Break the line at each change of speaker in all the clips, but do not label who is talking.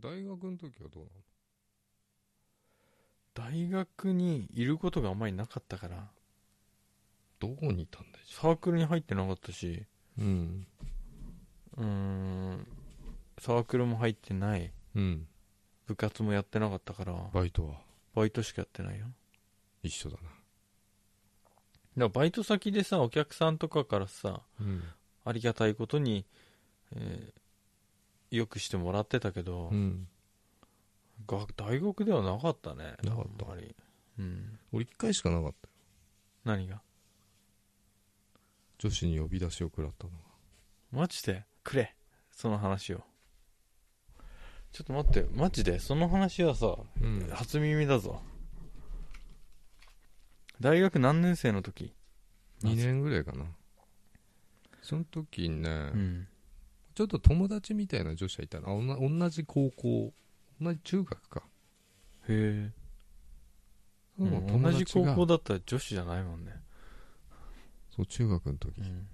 大学の時はどうなの
大学にいることがあんまりなかったから
どこにいたんだよ
サークルに入ってなかったし
うん
うーんサークルも入ってない
うん
部活もやってなかったから
バイトは
バイトしかやってないよだか
一緒だな
らバイト先でさお客さんとかからさ
うん
ありがたいことに、えーよくしてもらってたけど、
うん
が大学ではなかったね
なかった
あんまりうん
俺一回しかなかったよ
何が
女子に呼び出しを食らったのが
マジでくれその話をちょっと待ってマジでその話はさ
うん
初耳だぞ大学何年生の時
2年ぐらいかなその時ね、
うん
ちょっと友達みたいな女子がいたのあおな同じ高校同じ中学か
へえ、
その
うん同
友達
じ高
が
校だったら女子じゃないもんね
そう中学の時、
う
で
ん、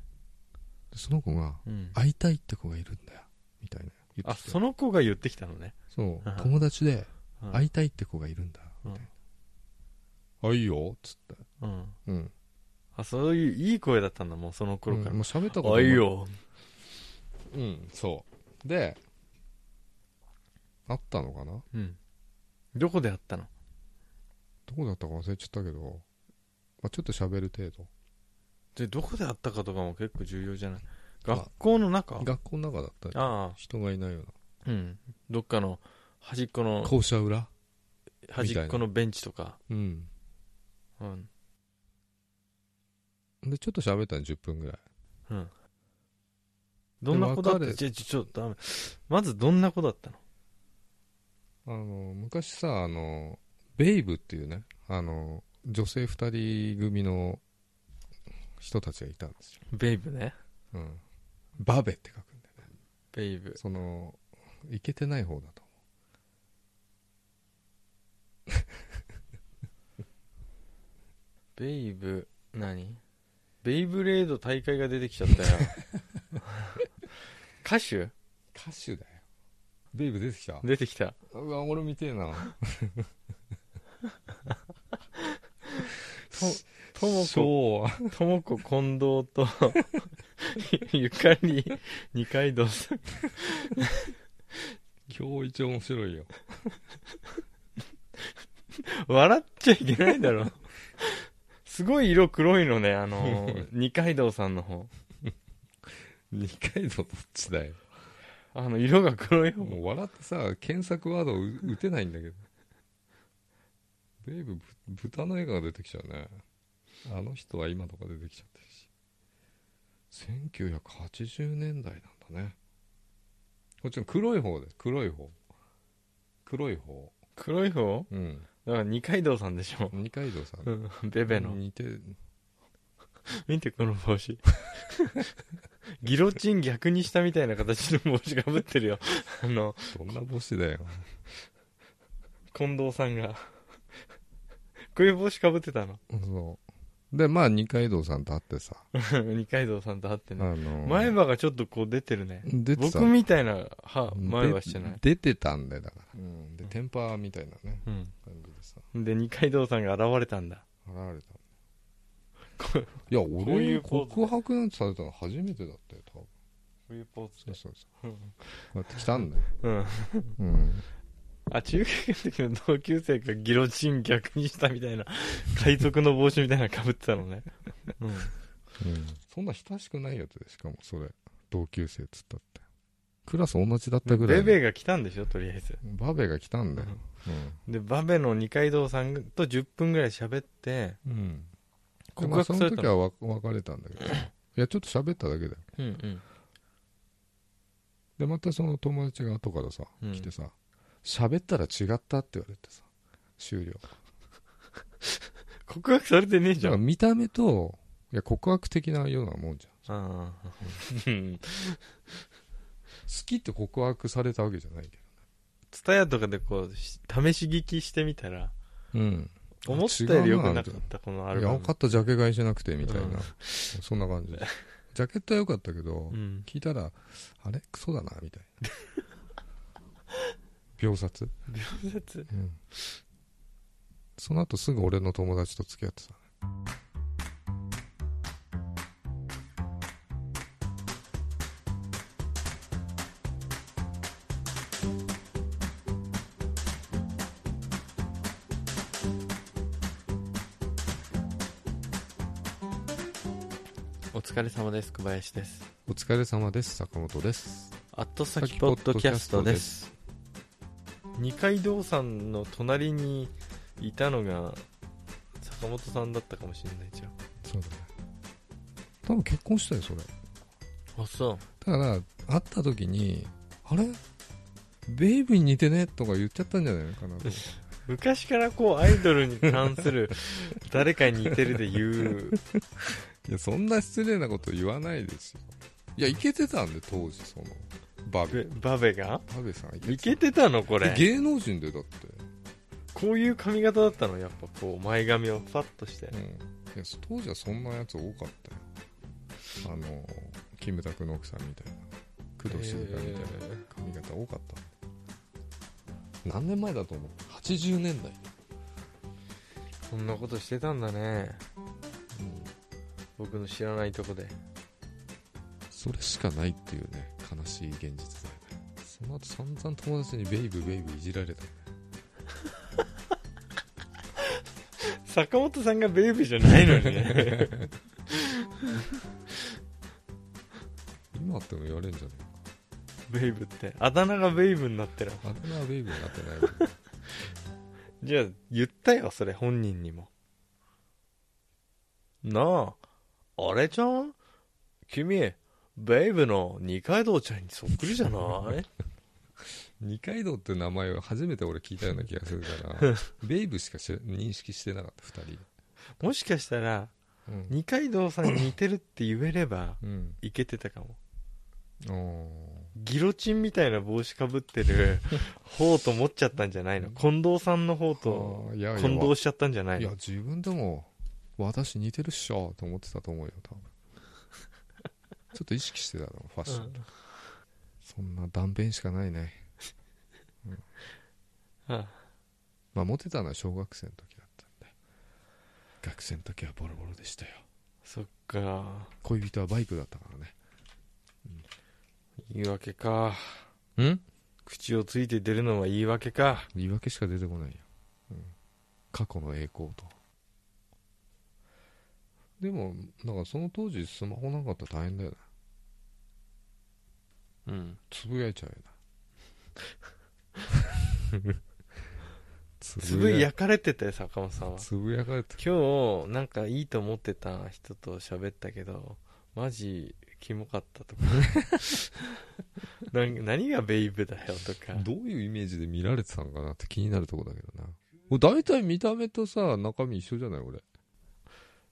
その子が
うん、
会いたいって子がいるんだよみたいな言
あ
ってきて
その子が言ってきたのね
そう
うん
友達で
うん
会いたいって子がいるんだ
うん
みたいなあいいよっつって
うん
うん
あそういういい声だったんだもうその頃
うん
から、
もう喋ったこと
あ
ない
いよ
うんそうで会ったのかな
うんどこで会ったの
どこだったか忘れちゃったけど、まあ、ちょっと喋る程度
でどこで会ったかとかも結構重要じゃない
あ
学校の中あ
学校の中だったよ
あ
人がいないよう
うんどっかの端っこの
な校舎裏
端っこのベンチとか
うん
うん
でちょっと喋ったの10分ぐらい
うんどんな子だっ
で
た
別
ちょちょちょっとダメまずどんな子だったの
あの昔さあのベイブっていうねあの女性2人組の人たちがいたんですよ、
ベイブね
うん、バベって書くんだよね
ベイブ
そのいけてない方だと
ベイブ何ベイブレード大会が出てきちゃったよ 歌手
歌手だよベイブ出てきた
出てきた
うわ俺見てえな
ともこ
そう
ともこ近藤と ゆかり二階堂さん
今日一面白いよ
笑っちゃいけないだろすごい色黒いのねあの 二階堂さんの方
二階堂どっちだよ
あの色が黒い方
もう笑ってさ検索ワードを打てないんだけどベイブぶ豚の映画が出てきちゃうねあの人は今とか出てきちゃってるし1980年代なんだねこっちの黒い方です黒い方黒い方
黒い方
うん
だから二階堂さんでしょ
二階堂さん
うんベベの
似てる
見てこの帽子ギロチン逆にしたみたいな形の帽子かぶってるよあの
どんな帽子だよ
近藤さんがこういう帽子かぶってたの
そうでまあ二階堂さんと会ってさ、
二階堂さんと会って
あ
ね
の
前歯がちょっとこう出てるね
出てた
僕みたいな歯前
で
歯してない
出てたんだよだから、うん、でテンパーみたいなね
うん
感じでさ
で二階堂さんが現れたんだ
現れた
こう
いや
こうい
俺
うポーズ
告白なんてされたの初めてだったよ多分
こういうポーズ
そう
で
そうそうこうやって来たんだよ、
うん
うん、
あ中学の時の同級生がギロチン逆にしたみたいな海賊の帽子みたいなのかぶってたのねうん
うん、そんな親しくないやつでしかもそれ同級生っつったってクラス同じだったぐらいの
ベベが来たんでしょとりあえず
バベが来たんだよ
でバベの二階堂さんと10分ぐらい喋って
うん、うん、
告
まあ
白
そ
さ
の
れた
時
の
はわ別れたんだけどさいやちょっと喋っただけだよ
うんうん
でまたその友達が後からさ
うん
来てさ喋ったら違ったって言われてさ終了
告白されてねえじ
じ
ゃ
ゃあ
ん
見た目といや告白的なようなもんじゃん
あー
好きって告白されたわけじゃないけ
ツタヤとかでこうし試し聞きしてみたら
どうん
思ったより良くなかったこのアル
いや
バ
よ
ム
かったジャケ買いしなくてみたいな、
うん
そんな感じジャケットは良かったけど、
うん
聞いたらあれクソだなみたい 秒殺、
秒殺
うん、その後すぐ俺の友達と付き合ってた
お疲れ様です小林です
お疲れ様です坂本です
アットサキポッドキャストです二階堂さんの隣にいたのが坂本さんだったかもしれないじゃん
そうだね多分結婚したよそれ
あそう
だから会った時にあれベイブに似てねとか言っちゃったんじゃ ないのかなと
昔からこうアイドルに関する誰かに似てるで言う
いやそんな失礼なこと言わないですよいやいけてたんで当時そのバベ
べバベが
バベさんい
いけてたのこ
え
れ
芸能人でだって、
こういう髪型だったのやっぱこう前髪をパッとして
うん、いやそ当時はそんなやつ多かったよあのキムタクの奥さんみたいな工藤静香みたいな髪型多かった、何年前だと思う80年代、
そんなことしてたんだね
うん、
僕の知らないとこで
それしかないっていうね悲しい現実だよねその後散々友達にベイブベイブいじられたよね
坂本さんがベイビーじゃないのにね
今あっても言われるんじゃね
ベイブってあだ名がベイブになってる
えかあだ名はベイブになってない わ
じゃあ言ったよそれ本人にもなああれちゃん君ベイブの二階堂ちゃんにそっくりじゃない
二階堂って名前を初めて俺聞いたような気がするから ベイブしかし認識してなかった二人
もしかしたら
うん、
二階堂さんに似てるって言えれば
うん、
いけてたかも
お
ギロチンみたいな帽子かぶってる方と思っちゃったんじゃないの近藤さんの方と
ーいやいや
混同しちゃったんじゃない
いや
の
自分でも私似てるっしょと思ってたと思うよ多 分ちょっと意識してたのファッション、
うん
そんな断片しかないね
あ
まあ、モテたのは小学生の時だったんで学生の時はボロボロでしたよ
そっか
恋人はバイクだったからね
言い訳か
うん
口をついて出るのは言い訳か
言い訳しか出てこないよ、うん、過去の栄光とでもなんかその当時スマホなかったら大変だよね
うん
つぶやいちゃうよなつ
つぶやかれてたよ坂本さんは
つぶやかれて
今日なんかいいと思ってた人と喋ったけどマジキモかったとか なん何がベイブだよとか
どういうイメージで見られてたのかなって気になるとこだけどな俺大体見た目とさ中身一緒じゃない俺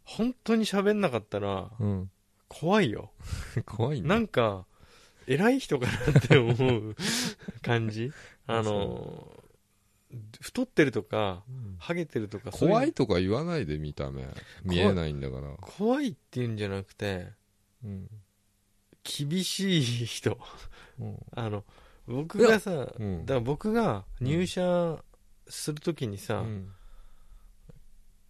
本当に喋んなかったら
うん
怖いよ
怖いね
なんか偉い人かなって思 う感じあの太ってるとか
うん
ハゲてるとかそうう
怖いとか言わないで見た目見えないんだから、
怖いっていうんじゃなくて
うん
厳しい人
うん
あの僕がさ、
うん
だから僕が入社するときにさ、
うん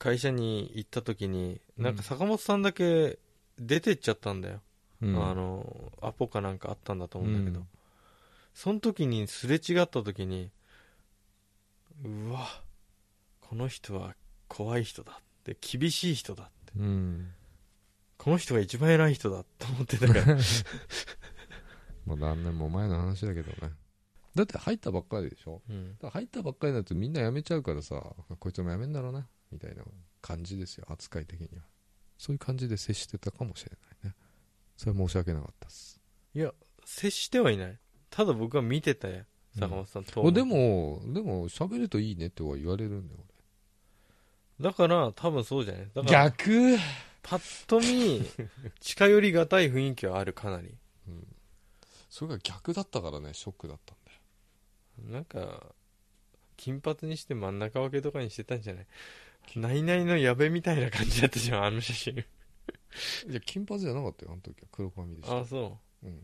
会社に行ったときに
うん
なんか坂本さんだけ出てっちゃったんだよ、
うん
あのアポかなんかあったんだと思うんだけど、
うん
その時にすれ違った時にうわこの人は怖い人だって厳しい人だって
うん
この人が一番偉い人だと思ってたから
もう何年も前の話だけどねだって入ったばっかりでしょ
うん
だから入ったばっかりだとみんな辞めちゃうからさこいつも辞めんだろうなみたいな感じですよ扱い的にはそういう感じで接してたかもしれないねそれは申し訳なかったっす
接してはいないただ僕は見てたよ坂本さんと、
おでもでも喋るといいねっては言われるんだよ
だから多分そうじゃないだ
俺
から
逆
パッと見近寄りがたい雰囲気はあるかなり
それが逆だったからねショックだったんだよ
なんか金髪にして真ん中分けとかにしてたんじゃないないないの矢部みたいな感じだったじゃんあの写真
いや金髪じゃなかったよあの時は黒髪でした
あそう
うん、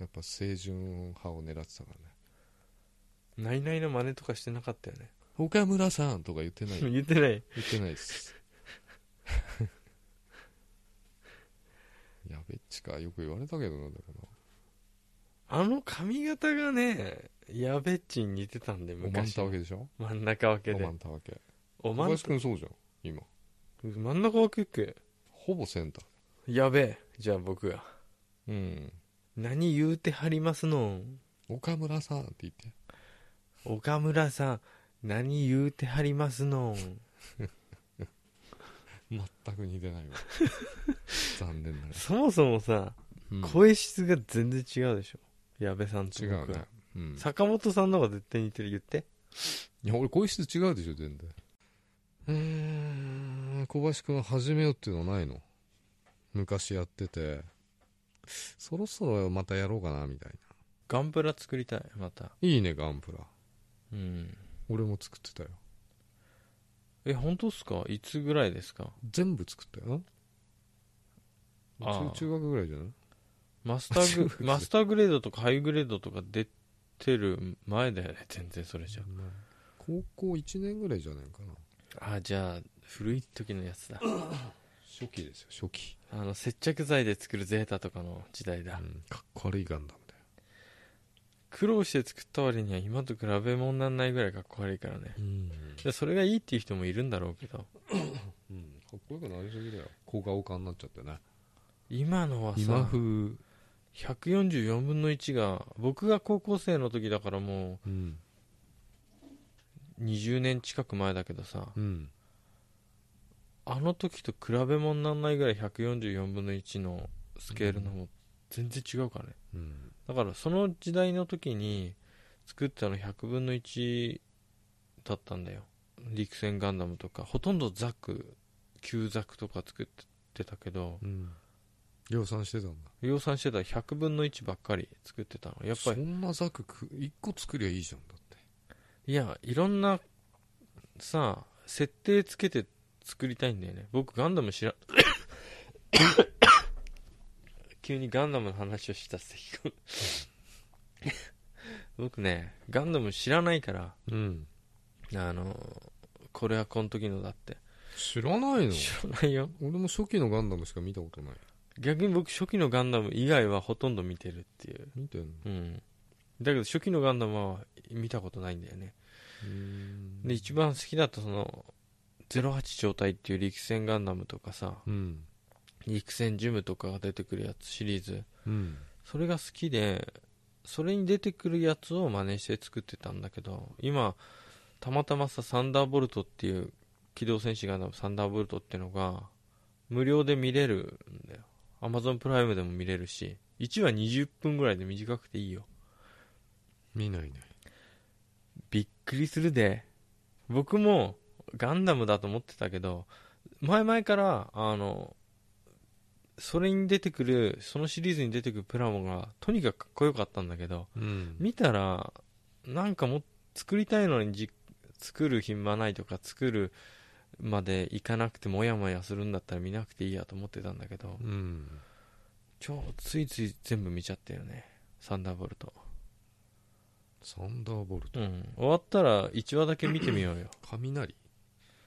やっぱ清純派を狙ってたからね
ナイナイの真似とかしてなかったよね
岡村さんとか言ってない言
言ってない
ってないです やべっちかよく言われたけどなんだけ
あの髪型がねやべっちに似てたんで
どおまん
昔
たわけでしょ
真ん中分け
おま
で
んたわけ
おまん
小林くんそうじゃん今
真ん中分けっけ
ほぼセンタ
やべえじゃあ僕が
ーうん
何言うてはりますのん
岡村さんって言って
岡村さん何言うてはりますのん
全く似てないわ残念ながら、
そもそもさ
うん
声質が全然違うでしょ矢部さんと
違
僕は
うね、うん、
坂本さんの方が絶対似てる言って
いや俺こういう質違うでしょ全然うーん小林君始めようっていうのないの昔やっててそろそろまたやろうかなみたい
ガンプラ作りたいまた
ないいねガンプラ
うん
俺も作ってたよ
え本当っすかいつぐらいですか
全部作ったよな
あー
中中学ぐらいじゃない
マスタ ー
そう
グマスターグレードとかハイグレードとか出てる前だよね全然それじゃ
まあ高校1年ぐらいじゃないかな
あじゃあ古い時のやつだ
初期ですよ初期、
あの接着剤で作るゼータとかの時代だ、
うん、かっこ悪いガンダムだよ
苦労して作った割には今と比べ物になんないぐらいかっこ悪いからね
うん、
でそれがいいっていう人もいるんだろうけど
かっこよくなりすぎだよ小顔感になっちゃってね
今のはさ
今風、
144分の1が僕が高校生の時だからも
うん
う20年近く前だけどさ
うん、
あの時と比べ物になんないぐらい144分の1のスケールのも全然違うからね、
うん、
だからその時代の時に作ったの100分の1だったんだよ陸戦ガンダムとかほとんどザク旧ザクとか作ってたけど
うん、量産してたんだ
量産してたら100分の1ばっかり作ってたのやっぱ
そ
り
んなザクく一個作りゃいいじゃんだって
いやいろんなさ設定つけて作りたいんだよね僕ガンダム知ら 急にガンダムの話をした関君僕ねガンダム知らないから
うん
あのこれはこの時のだって
知らないの
知らないよ
俺も初期のガンダムしか見たことない
逆に僕初期のガンダム以外はほとんど見てるっていう
見てんの
うんだけど初期のガンダムは見たことないんだよね
うん
で一番好きだとその08状態っていう陸戦ガンダムとかさ
うん
陸戦ジムとかが出てくるやつシリーズ
うん
それが好きでそれに出てくるやつを真似して作ってたんだけど今たまたまさサンダーボルトっていう機動戦士ガンダムサンダーボルトっていうのが無料で見れるんだよ Amazon プライムでも見れるし1話20分ぐらいで短くていいよ
見ないね
びっくりするで僕もガンダムだと思ってたけど前々からあのそれに出てくるそのシリーズに出てくるプラモがとにかくかっこよかったんだけど
うん
見たらなんかもう作りたいのにじ作る暇ないとか作るまで行かなくてもやもやするんだったら見なくていいやと思ってたんだけど
うん
ちょついつい全部見ちゃったよねサンダーボルト
サンダーボルト
うん終わったら1話だけ見てみようよ
雷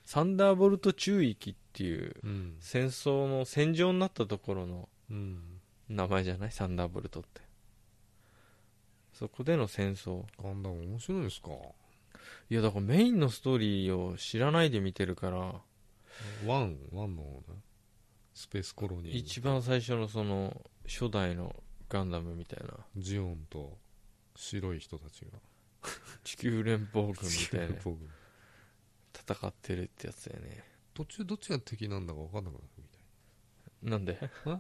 サンダーボルト宙域っていう
うん
戦争の戦場になったところの
うん
名前じゃないサンダーボルトってそこでの戦争
ガンダム面白いんすか
いやだからメインのストーリーを知らないで見てるから
ワンワンの方ねスペースコロニー
一番最初のその初代のガンダムみたいな
ジオンと白い人たちが
地球連邦軍みたいな
僕
戦ってるってやつだよね
途中どっちが敵なんだか分かんなくなるみたいな
なんであ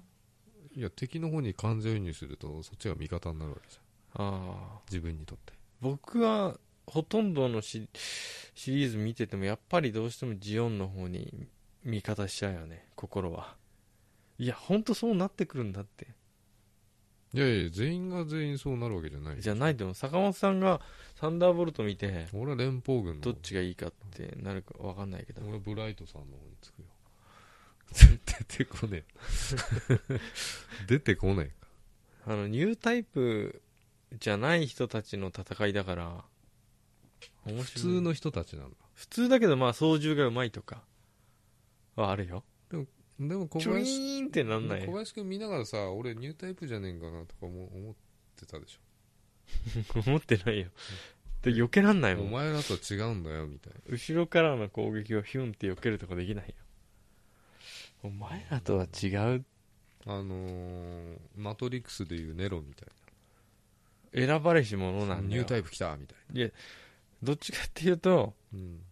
いや敵の方に感情移入するとそっちが味方になるわけじゃん
あ
自分にとって
僕はほとんどのシシリーズ見ててもやっぱりどうしてもジオンの方に味方しちゃうよね心はいやほんとそうなってくるんだって
いやいや全員が全員そうなるわけじゃない
じゃないでも坂本さんがサンダーボルト見て
俺は連邦軍の
どっちがいいかってなるか分かんないけど
俺はブライトさんの方につ くよ出てこね え出てこね
あのニュータイプじゃない人たちの戦いだから
え
面白い
普通の人たちなんだ
普通だけどまあ操縦がうまいとかはあるよ
でも小
ちょい
林
ーンってなんない
小林君見ながらさ俺ニュータイプじゃねえんかなとか思思ってたでし
思ってないよで避けらんない
ょお
もん
前らとは違うんだよみたいな
後ろからの攻撃をヒュンって避けるとかできないよお前らとは違う
あのーマトリックスでいうネロみたい
選ばれし者
な
なんだ
ニュー
よ
タイプ来たみたい
どっちかっていうと
なうん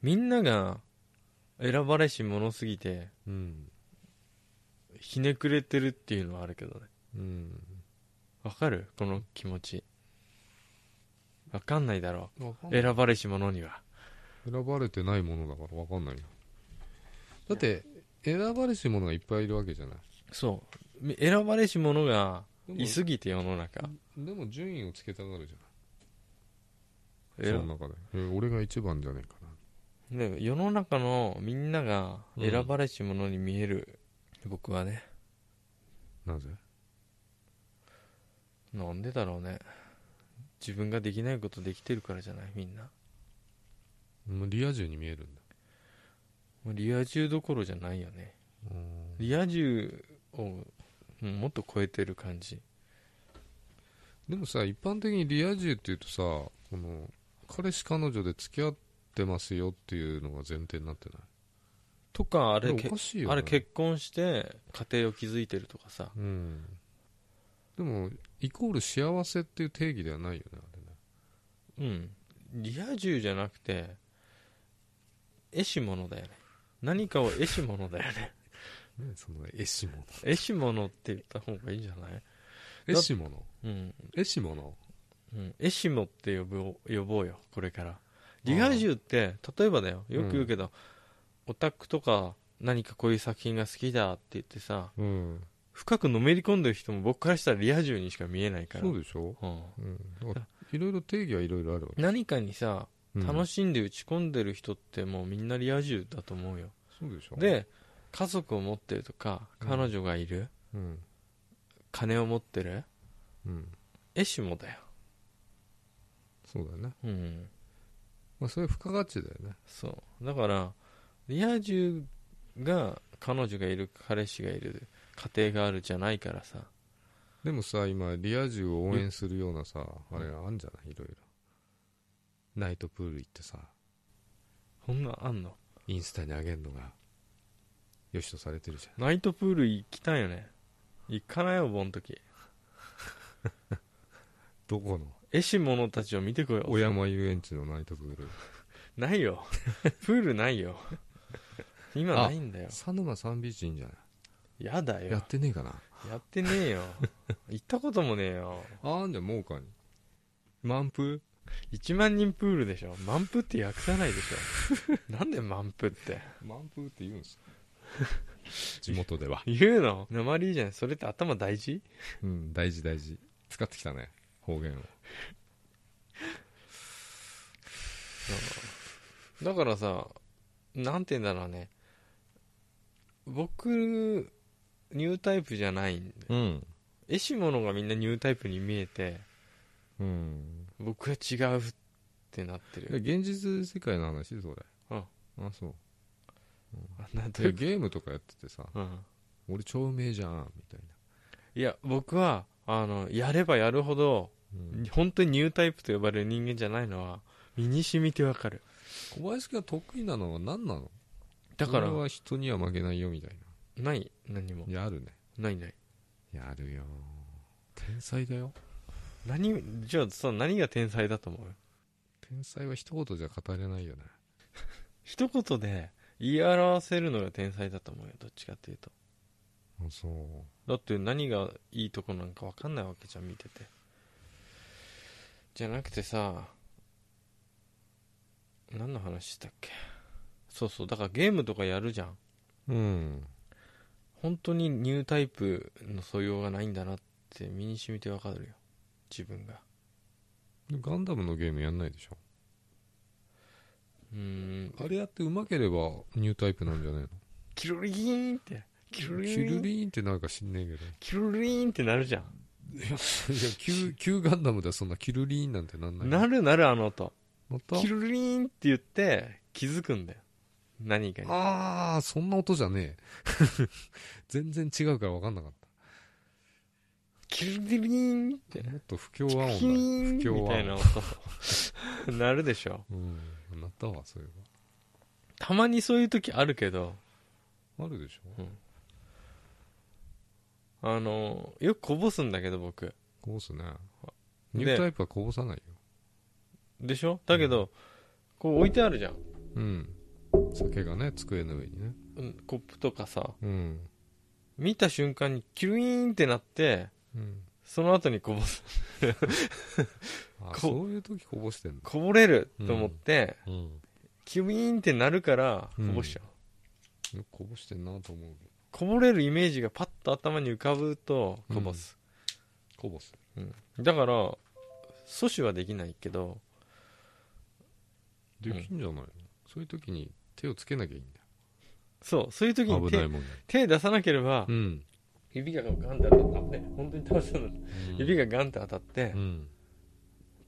みんなが選ばれし者すぎて
うん
ひねくれてるっていうのはあるけどね
うん
わかるこの気持ちわかんないだろ
わかん
う
ない
選ばれし者には
選ばれてないものだからわかんないよだって選ばれし者がいっぱいいるわけじゃない
そうみ選ばれし者が
でも
いすぎて世の中
でも順位をつけたがるじゃない
選
その中で、え俺が一番じゃねえかな
ね世の中のみんなが
うん
選ばれし者に見える、僕はね
なぜ
なんでだろうね自分ができないことできてるからじゃないみんな
もうリア充に見えるんだ
もうリア充どころじゃないよねリア充をうんもっと超えてる感じ
でもさ一般的にリア充っていうとさこの彼氏彼女で付き合ってますよっていうのが前提になってない
とかあれ
こ
け
おかしいよ、ね、
あれ結婚して家庭を築いてるとかさ
うんでもイコール幸せっていう定義ではないよねあれね
うんリア充じゃなくて絵師物だよね何かを絵師物だよね
ねその絵師物
絵師物って言った方がいいんじゃない
絵師物
うん
絵師物
うん、エシモって呼ぼう呼ぼうよこれからリア充って例えばだよよく言うけど、オタクとか何かこういう作品が好きだって言ってさ
うん
深くのめり込んでる人も僕からしたらリア充にしか見えないから
そうでしょ
うん
うんだからいろいろ定義はいろいろあるわけ、
何かにさ楽
し
しんで打ち込んでる人ってもうみんなリア充だと思うよ、
そうでしょ、
で家族を持ってるとか
うん
彼女がいる、
うん
金を持ってる
うん、
エシモだよ
そうだよね
うん
まあそれ付加価値だよね
そうだからリア充が彼女がいる彼氏がいる家庭があるじゃないからさ
でもさ今リア充を応援するようなさあれあんじゃないいろいろナイトプール行ってさ
そんなあんの
インスタに上げるのがよしとされてるじゃん
ナイトプール行きたいよね行かないよボン時
どこの
絵師者たちを見てこよ
小山遊園地のナイトプール
うないよ プールないよ今
あ
ないんだよ
佐沼サンビーチいいんじゃな
やだ
い
よ
や
や
ってねえかな
ってねえよ行ったこともねえよ
あんじゃもうかに満腹
1万人プールでしょ満腹って訳さないでし ょなんで満腹って
満腹って言うんです か地元では
言うの鉛じゃんそれって頭大事
うん大事大事使ってきたね方言を
だからさなんて言うんだろうね僕ニュータイプじゃないんで
うん
絵師ものがみんなニュータイプに見えて
うん
僕は違うってなってる
現実世界の話それ
うん
あそう
あなんと
いや
いうか
ゲームとかやっててさ
うん、
俺超うめえじゃんみたい
いや僕はあのやればやるほど、
な、
本当にニュータイプと呼ばれる人間じゃないのは身に染みてわかる
小林が得意なのは何なの
だから
俺は人には負けないよみたい
ない何も
ないやあるね
ないない
やるよ天才だよ
何じゃあさ何が天才だと思う
天才は一言じゃ語れないよね
一言で言い表せるのが天才だと思うよどっちかっていうと
あそう
だって何がいいとこなんか分かんないわけじゃん見ててじゃなくてさ何の話したっけそうそうだからゲームとかやるじゃん
うん
本当にニュータイプの素養がないんだなって身に染みて分かるよ自分が
ガンダムのゲームやんないでしょ
うーん
あれやってうまければニュータイプなんじゃね
キルリーンってキ
え
ル
の
リ
キ
ー
ル
ン
リーンってなんか知んねえ けど
キルリーンってなるじゃん
いや旧旧ガンダムではそんなキルリーンなんてなんない
なるなるあの音
また
キルリーンって言って気づくんだよ何かに
ああそんな音じゃねえ 全然違うから分かんなかっ
キルリーンって
たもっと不協和
キ
音だよ
ルリーン
不協和
みたいな
音
音 なるでしょ
うんなったわそういえ
たまにそういう時あるけど
ばあるでしょ
あのよくこぼすんだけど僕
こぼすねニ
で
ュータイプはこぼさないよ
でしょだけど、こう置いてあるじゃん、
うん酒がね机の上にね
うん、コップとかさ
うん
見た瞬間にキュイーンってなって
うん
その後にこぼす
あ
こ
そういう時こぼしてんの
こぼれると思って、
うん
キュイーンってなるからこぼしちゃう、
こぼしてんなと思うけど
こぼれるイメージがパッと頭に浮かぶとこぼす、
こぼす
うんだから阻止はできないけど
できんじゃないのそういう時に手をつけなきゃいいんだ
そうそういう時
よ
に
危な
手
いもんね
手出さなければ、
うん
指がガンって当たったね本当に倒したの、指がガンって当たって、
うん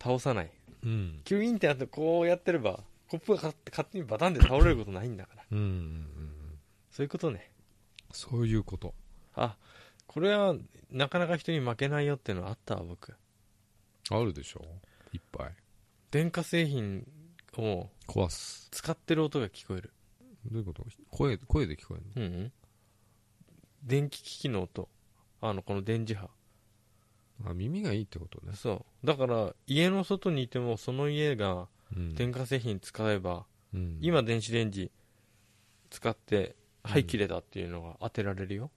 倒さない
うん
キュイーンってなってこうやってればコップが勝手勝手にバタンで倒れることないんだから
うんうんうん
そういうことね
そういうこと
あこれはなかなか人に負けないよっていうのあったわ僕
あるでしょいっぱい
電化製品を
壊す
使ってる音が聞こえる
どういうこと声声で聞こえる
うん、うん、電気機器の音あのこの電磁波
のあ耳がいいってことね
そうだから家の外にいてもその家が
うん
電化製品使えば、
うん
今電子レンジ使ってはい切れたっていうのが当てられるよ、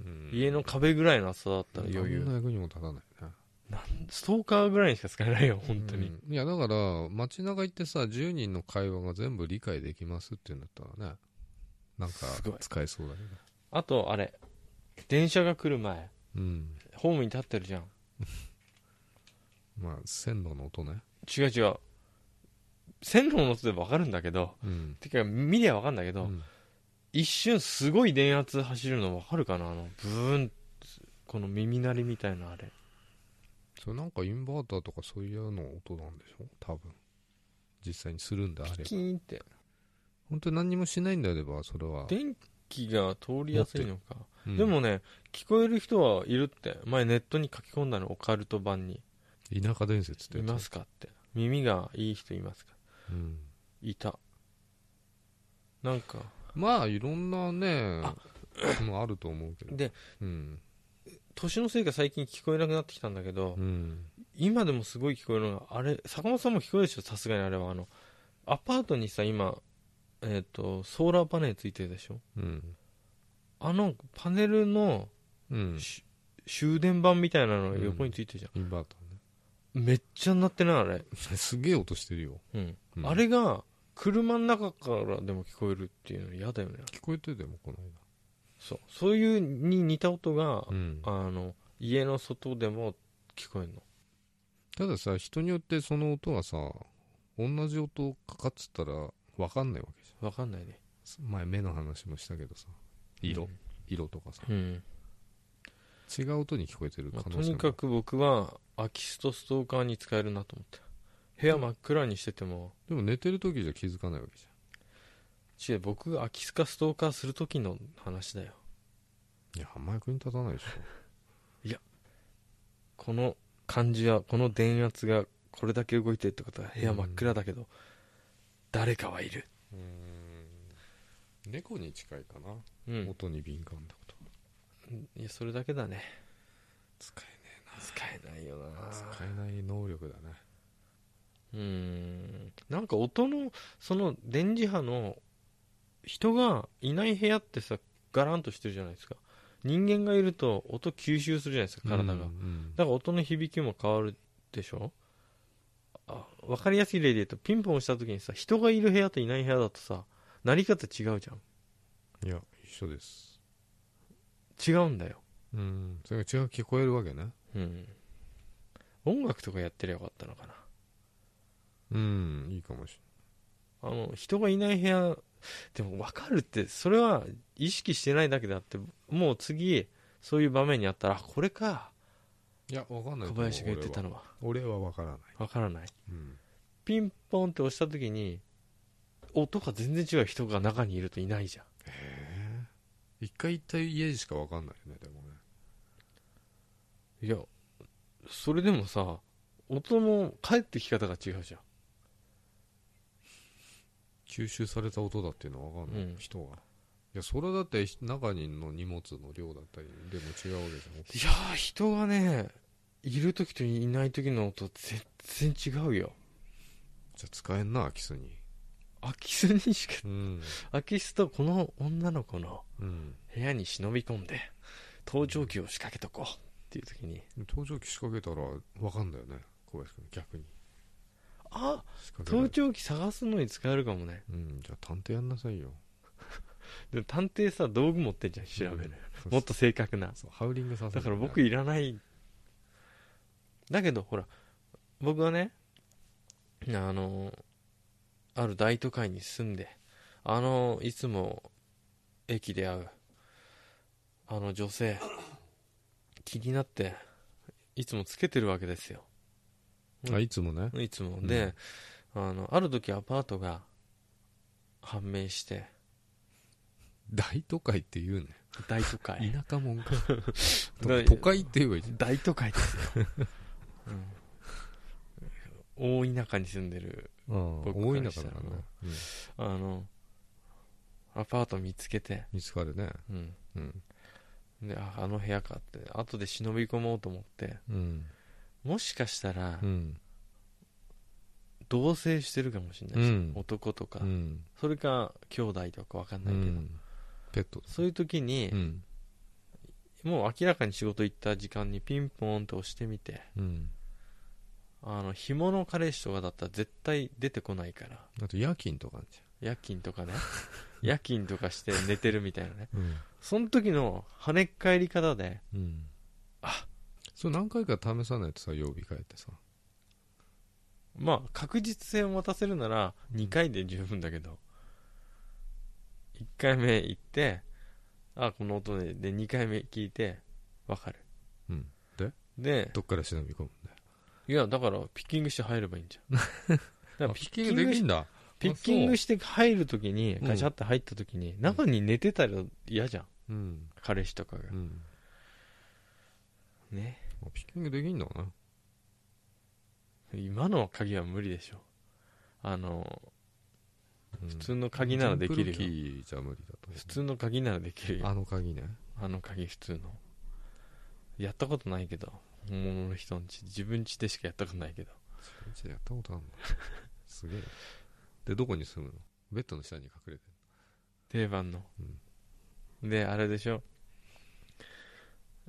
うん
家の壁ぐらいの厚さだったら余裕
何の役にも立たないね
ストーカーぐらいにしか使えないよ本当
う
に、
んいやだから街中行ってさ10人の会話が全部理解できますっていうんだったらねなんか
すごい
使えそうだけ
あとあれ電車が来る前
どうん
ホームに立ってるじゃん
まあ線路の音ね
違う違う線路の音で分かるんだけど
うん
てか見りゃ分かるんだけど、
うん
一瞬すごい電圧走るの分かるかなあのブーンってこの耳鳴りみたいなあれ
それなんかインバーターとかそういうの音なんでしょ多分実際にするんであれ
キ
ば
ーンって
本当に何にもしないんであればそれは、
電気が通りやすいのか、
うん
でもね聞こえる人はいるって前ネットに書き込んだのオカルト版に
田舎伝説っ
「
て
い
やつ
ますか?」って耳がいい人いますか
うん
いたなんか
まあいろんなね
あ
のあると思うけど
で
うん
年のせいか最近聞こえなくなってきたんだけど、
うん
今でもすごい聞こえるのがあれ坂本さんも聞こえるでしょさすがにあれはあのアパートにさ今えっ、とソーラーパネルついてるでしょ
うん
あのパネルの、
うん
し終電板みたいなのが横についてるじゃ
インバータ
ん、めっちゃ鳴ってないあれ、
ーね すげえ音してるよ、
うん
うん
あれが車の中からでも聞こえるっていうの嫌だよね
聞こえてでもこの間
そうそういうに似た音が、
うん
あの家の外でも聞こえるの
たださ人によってその音がさ同じ音かかっつったら分かんないわけじ
わかんないね
ゃん前目の話もしたけどさ色、色とかさ
うん、
違う音に聞こえてる
まあ
可
と
能性
に
も
かく僕は空き巣とストーカーに使えるなと思って部屋真っ暗にしてても
でも寝てる時じゃ気づかないわけじ
違う僕が空き巣かストーカーする時の話だよ
ゃんいやあんま役に立たないでし
この感じはこの電圧がこれだけ動いてるってことは部屋真っ暗だけど、誰かはいる
ょ猫に近いかな、
うん
音に敏感だこと
いやそれだけだね
使え
使えないよな
使えない能力だね
うーんなんか音のその電磁波の人がいない部屋ってさガランとしてるじゃないですか人間がいると音吸収するじゃないですか体が、
うんう
だ
ん
から音の響きも変わるでしょあ分かりやすい例で言うとピンポン押した時にさ人がいる部屋といない部屋だとさ鳴り方違うじゃ
い
ん
や一緒です
違うんだよ
うんそれが違う聞こえるわけね
うん音楽とかやってりゃよかったのかな
うんいいかもし
あの人がいない部屋でも分かるってそれは意識してないだけであってもう次そういう場面にあったらあこれか
れないいやわかんないと思
小
う
林が言ってたのは
俺は俺は分からない、
分からない
うん、
ピンポンって押した時に音が全然違う人が中にいるといないじゃん
ええ一回行った家しか分かんないよねでもね
いやそれでもさ音の帰ってき方が違うじゃん
吸収された音だっていうのは分かんない、
うん
人がいやそれだって中にの荷物の量だったりでも違うわけじゃん
いやー人がねいる時といない時の音全然違うよ
じゃあ使えんな空き巣に
空き巣にしか
うん
空き巣とこの女の子の
うん
部屋に忍び込んで盗聴器を仕掛けとこうっていう時に
盗聴器仕掛けたら分かんだよね小林君逆に
あ
仕掛けら
盗
れ
聴器探すのに使えるかもね
うんじゃあ探偵やんなさいよ
でも探偵さ道具持ってんじゃん調べる、
うん
もっと正確な
そうハウリングさせ
だ
る
から僕いらないだけどほら僕はねあのある大都会に住んであのいつも駅で会うあの女性気になっていつもつけてるわけですよ
あいつもね
いつも
うん
で、あのある時アパートが判明して
大都会って言うね
大都会
田舎も んか
だ
都会って言えばいいじゃん
大都会ですよ、 うん大田舎に住んでる
うん
僕
多い
から
中
し
だ
たら
からね、うん
あのアパート見つけて、
見つかるね
うん
うん
でああの部屋かって後で忍び込もうと思って
うん
もしかしたら
うん
同棲してるかもしれないし、
うん
男とか、
うん
それか兄弟とか分かん
う
ないけど、
んペット
そういう時に
う、ん
もう明らかに仕事行った時間にピンポーンと押してみて
うん
あの紐の彼氏とかだったら絶対出てこないから
あと夜勤とかあるじ
夜勤と かね夜勤とかして寝てるみたいなね
ゃんうん
その時の跳ね返り方で
うんあそれ何回か試さないとさ曜日変えてさ
まあ確実性を持たせるなら2回で十分だけど、1回目行ってあこの音でで2回目聞いてわかる
うん
で
どっから忍び込むんだよ
いやだからピッキングして入ればいい んじゃんだから
あピッキングでき
し
んだ
ピッキングして入るときに
うん
ガチャって入ったときに、中に寝てたら嫌じゃん
うん
彼氏とかが
うん
ね
あピッキングできんだな
今の鍵は無理でしょあの
うん
普通の鍵ならできる
ジャンプ
よ
ルキーじゃ無理だと思う
普通の鍵ならできるよ
あの鍵ね
あの鍵普通のやったことないけど本物の人の家自分家でしかやったことないけど
うちでやったことあるのすげえでどこに住むのベッドの下に隠れて
定番の、であれでしょ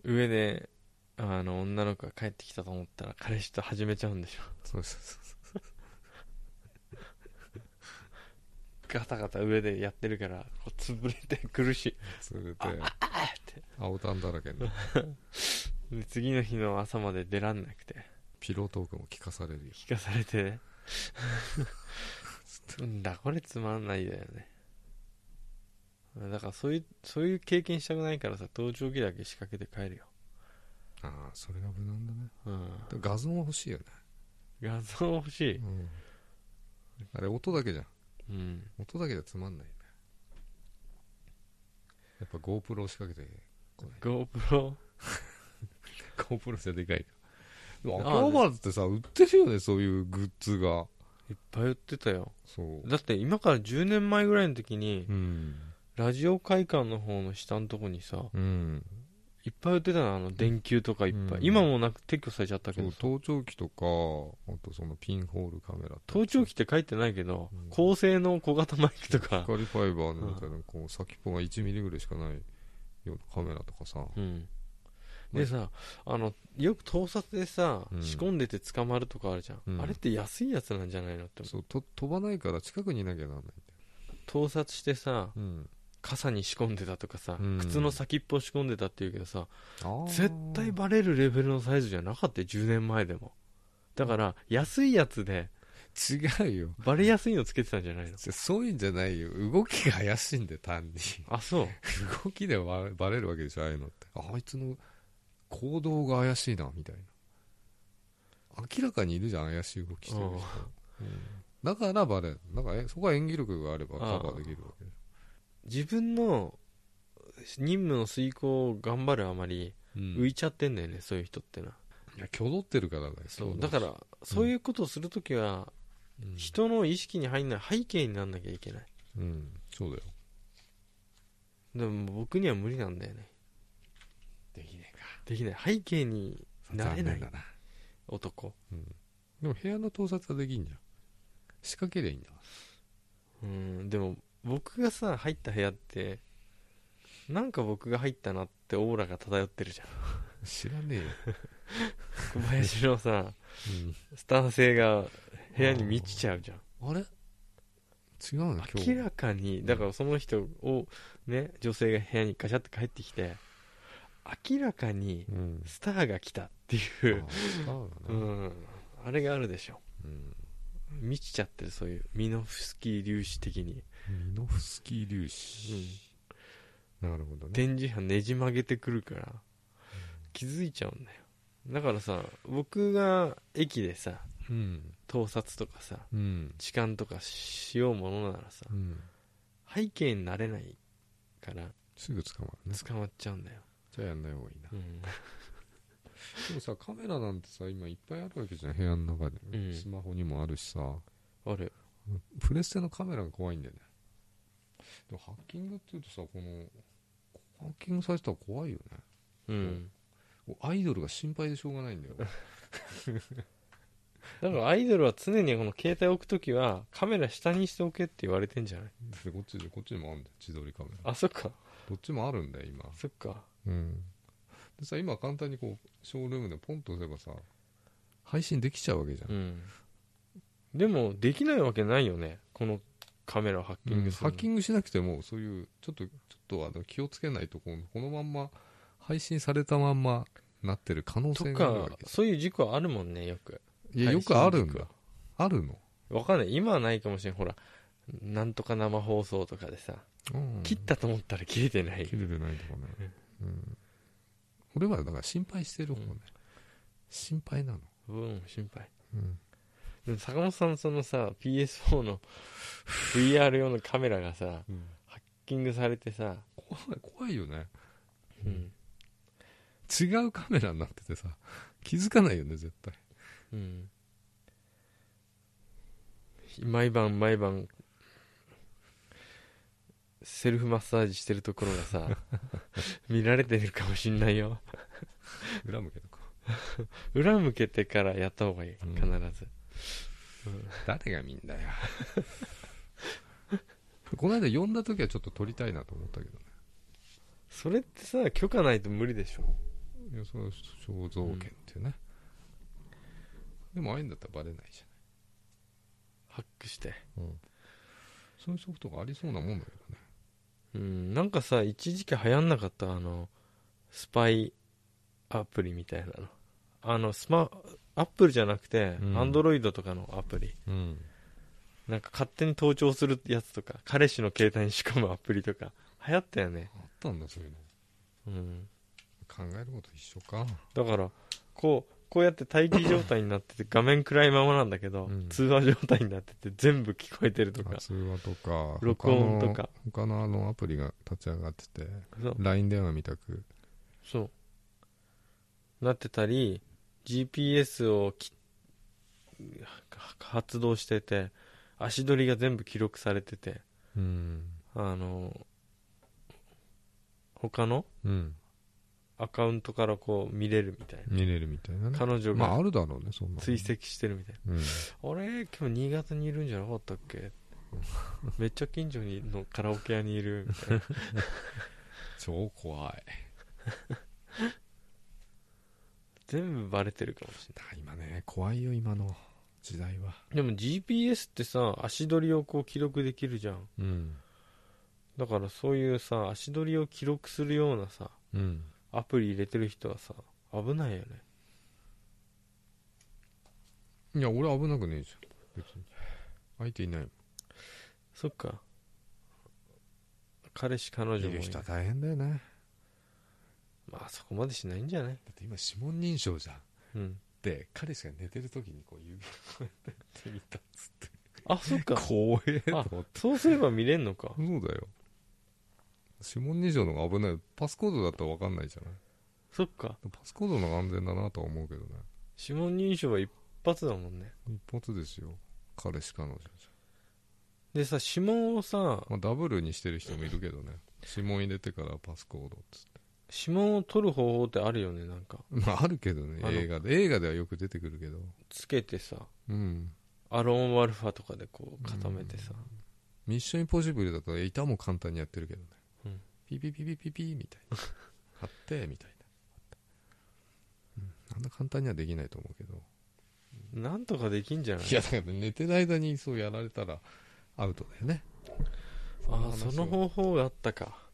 上であの女の子が帰ってきたと思ったら彼氏と始めちゃうんでしょ
そうそうそうそ
ガタガタ上でやってるからこう潰れて苦し
う連れて青タンだらけの
いで次の日の朝まで出らんなくて
ピロートークも聞かされるよ
聞かされてねなんだこれつまんないだよねだからそういうそういう経験したくないからさ盗聴器だけ仕掛けて帰るよ
ああそれが無難だね
うん
でも画像は欲しいよね、
画像欲しい
あれ音だけじゃん
うん
音だけじゃつまんないよねやっぱ GoPro を仕掛けて
GoPro
GoPro じゃでかいかでも
ああ
アクアバーズってさ売ってるよねそういうグッズが
いっぱい売ってたよ
そう
だって今から10年前ぐらいの時に
うん
ラジオ会館の方の下のとこにさ
うん
いっぱい売ってたのあの電球とかいっぱい、
うん
今もうなく撤去されちゃったけ
そ
ど
う
さ
盗聴器とかあとそのピンホールカメラ
盗聴器って書いてないけど、
うん
高性能小型マイクとか、
光ファイバーのみたいな、こう先っぽが1ミリぐらいしかないようなカメラとかさ、
うん、
ま
で
あ
さあのよく盗撮でさ、
うん
仕込んでて捕まるとかあるじゃん、
うん
あれって安いやつなんじゃないのって思う
そうと飛ばないから近くにいなきゃなんないんだよ、
盗撮してさ
うん、
傘に仕込んでたとかさ、
うん
靴の先っぽ仕込んでたっていうけどさ、
あー
絶対バレるレベルのサイズじゃなかったよ10年前でもだから安いやつで
違うよ
バレやすいのつけてたんじゃないの
じゃそういうんじゃないよ動きが怪しいんで単に
あそう
動きでババレるわけでしょああいうのってああいつの行動が怪しいなみたいな明らかにいるじゃん怪しい動きしてる人だからバレるだからえそこは演技力があればカバーできるわけ
自分の任務の遂行を頑張るあまり浮いちゃってんだよね、そういう人ってない
や挙動ってるからね
そうだからそういうことをするときは、
うん
人の意識に入んない背景になんなきゃいけない
うんそうだよ
でも僕には無理なんだよね
できねえか
できない背景になれない
だな
男
でも部屋の盗撮はできんじゃん仕掛けりゃいいんだ
うんでも僕がさ入った部屋ってなんか僕が入ったなってオーラが漂ってるじゃん
知らねえよ、
小林の さスタン性が部屋に満ちちゃうじゃん
あれ違うな今日
明らかにだからその人をね女性が部屋にガシャって帰ってきて明らかに
うん
スターが来たっていう
あ
う
違うな、
んあれがあるでしょ
うん
満ちちゃってるそういうミノフスキー粒子的に
ミノフスキー粒子、なるほどね
電磁波ねじ曲げてくるから気づいちゃうんだよだからさ僕が駅でさ
うん
盗撮とかさ
うん
痴漢とかしようものならさ
うん
背景になれないから
すぐ捕まるね
捕まっちゃうんだよ、
じゃあやんない方がいいな
うん
でもさカメラなんてさ今いっぱいあるわけじゃん部屋の中で、
うん
スマホにもあるしさ
ある
プレステのカメラが怖いんだよねでもハッキングっていうとさこのハッキングされてたら怖いよね
うん
もうアイドルが心配でしょうがないんだよ
だからアイドルは常にこの携帯置くときはカメラ下にしておけって言われてんじゃない
でこっちでこっちにもあるんだよ自撮りカメラ
あそっか
どっちもあるんだよ今
そっか
うんでさ今簡単にこうショールームでポンと押せばさ配信できちゃうわけじゃん、
うんでもできないわけないよねこのカメラをハッキングする
ハ
の、
ッキングしなくてもそういうちょっとちょっとあの気をつけないとこのこのまんま配信されたまんまなってる可能性
と
があるわ
か
け
そういう事故はあるもんねよく
いやよくあるん
配信
だ
事
あるの、
故はわかんない今はないかもしれんほらなんとか生放送とかでさ
うん
切ったと思ったら切れてない、
切れてないとかね、うん、俺はだから心配してる方ね、
うん
心配なの、
うん心配
うん、
でも坂本さんのそのさ PS4 の VR 用のカメラがさハッキングされてさ、
怖い怖いよね
うん
違うカメラになっててさ気づかないよね絶対
うん、毎晩毎晩セルフマッサージしてるところが さ見られてるかもしんないよ
裏向けとか
裏向けてからやった方がいい
うん
必ず、
誰が見んだよ この間呼んだ時はちょっと撮りたいなと思ったけどね
それってさ許可ないと無理でしょ
いやそれは肖像権っていうね、でもああいうんだったらバレないじ
ハックして
ゃん、そういうソフトがありそうなもんだけどね
うんなんかさ一時期流行んなかったあのスパイアプリみたいなのあのスマアップルじゃなくて
うん
アンドロイドとかのアプリ、
うん
なんか勝手に盗聴するやつとか彼氏の携帯に仕込むアプリとか流行ったよね、
あったんだそういうの
うん、
考えること一緒か
だからこうこうやって待機状態になって て画面暗いままなんだけど、
うん
通話状態になってて全部聞こえてるとか
あ通話とか
録音とか
他の他のあのアプリが立ち上がってて
そう
LINE 電話みたく
そうなってたり GPS をき発動してて足取りが全部記録されてて
うん
あの他の
うん
アカウントからこう見れるみたい
見れるみたいな
な
ね
彼女
まあ
が
あるだろうねそんなの
追跡してるみたいな
うん
あれ今日新潟にいるんじゃなかったっ けめっちゃ近所にのカラオケ屋にいるみたいな
超怖い
全部バレてるかもしれ
今ね怖いよ今の時代は
ないでも GPS ってさ足取りをこう記録できるじゃん
うん
だからそういうさ足取りを記録するようなさ
うん
アプリ入れてる人はさ危ないよね
いや俺危なくねえじゃん別に相手いないもん
そっか彼氏彼女
い
もい
る
る
人は大変だよね
まあそこまでしないんじゃない
だって今指紋認証じゃん
うん
で彼氏が寝てる時にこう指をこうやって見たっつって
あそっ か
怖えと
あ
思って
そうすれば見れんのか
そうだよ指紋認証の方が危ないパスコードだったら分かんないじゃない
そっか
パスコードの方が安全だなとは思うけどね
指紋認証は一発だもんね
一発ですよ彼氏彼女じ
でさ指紋をさ
ゃ、まあ、ダブルにしてる人もいるけどね指紋入れてからパスコードっつって
指紋を取る方法ってあるよねなんか
まああるけどね
あの
映画で映画ではよく出てくるけど
つけてさ
うん
アロンアルファとかでこう固めてさ、
ミッションインポッシブルだと板も簡単にやってるけどね、
うん
ピピピピピピみたい な貼ってみたいな、うん、あんな簡単にはできないと思うけど
なんとかできんじゃない
いやだから寝てる間にそうやられたらアウトだよね
ああその
方
方法があったか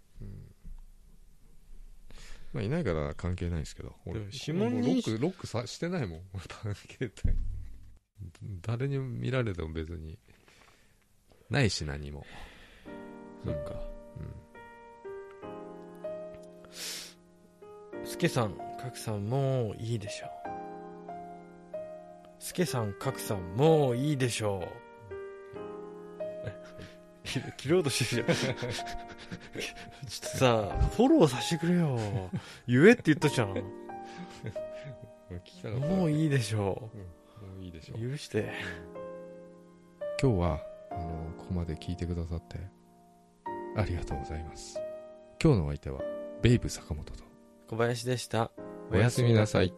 まあいないから関係ないですけど俺
でも指紋認証
もうロックロックさしてないもん 俺携帯誰に見られても別にないし何も
そっかスケさんカクさんもういいでしょうスケさんカクさんもういいでしょう 切切ろうとしてる じゃんちょっとさフォローさせてくれよ言えって言ったじゃん
うん聞きたかった
もういいでしょ
もういいでしょ
う許して
今日はあのここまで聞いてくださってありがとうございます今日のお相手はベイブ坂本と
小林でした
おやすみなさい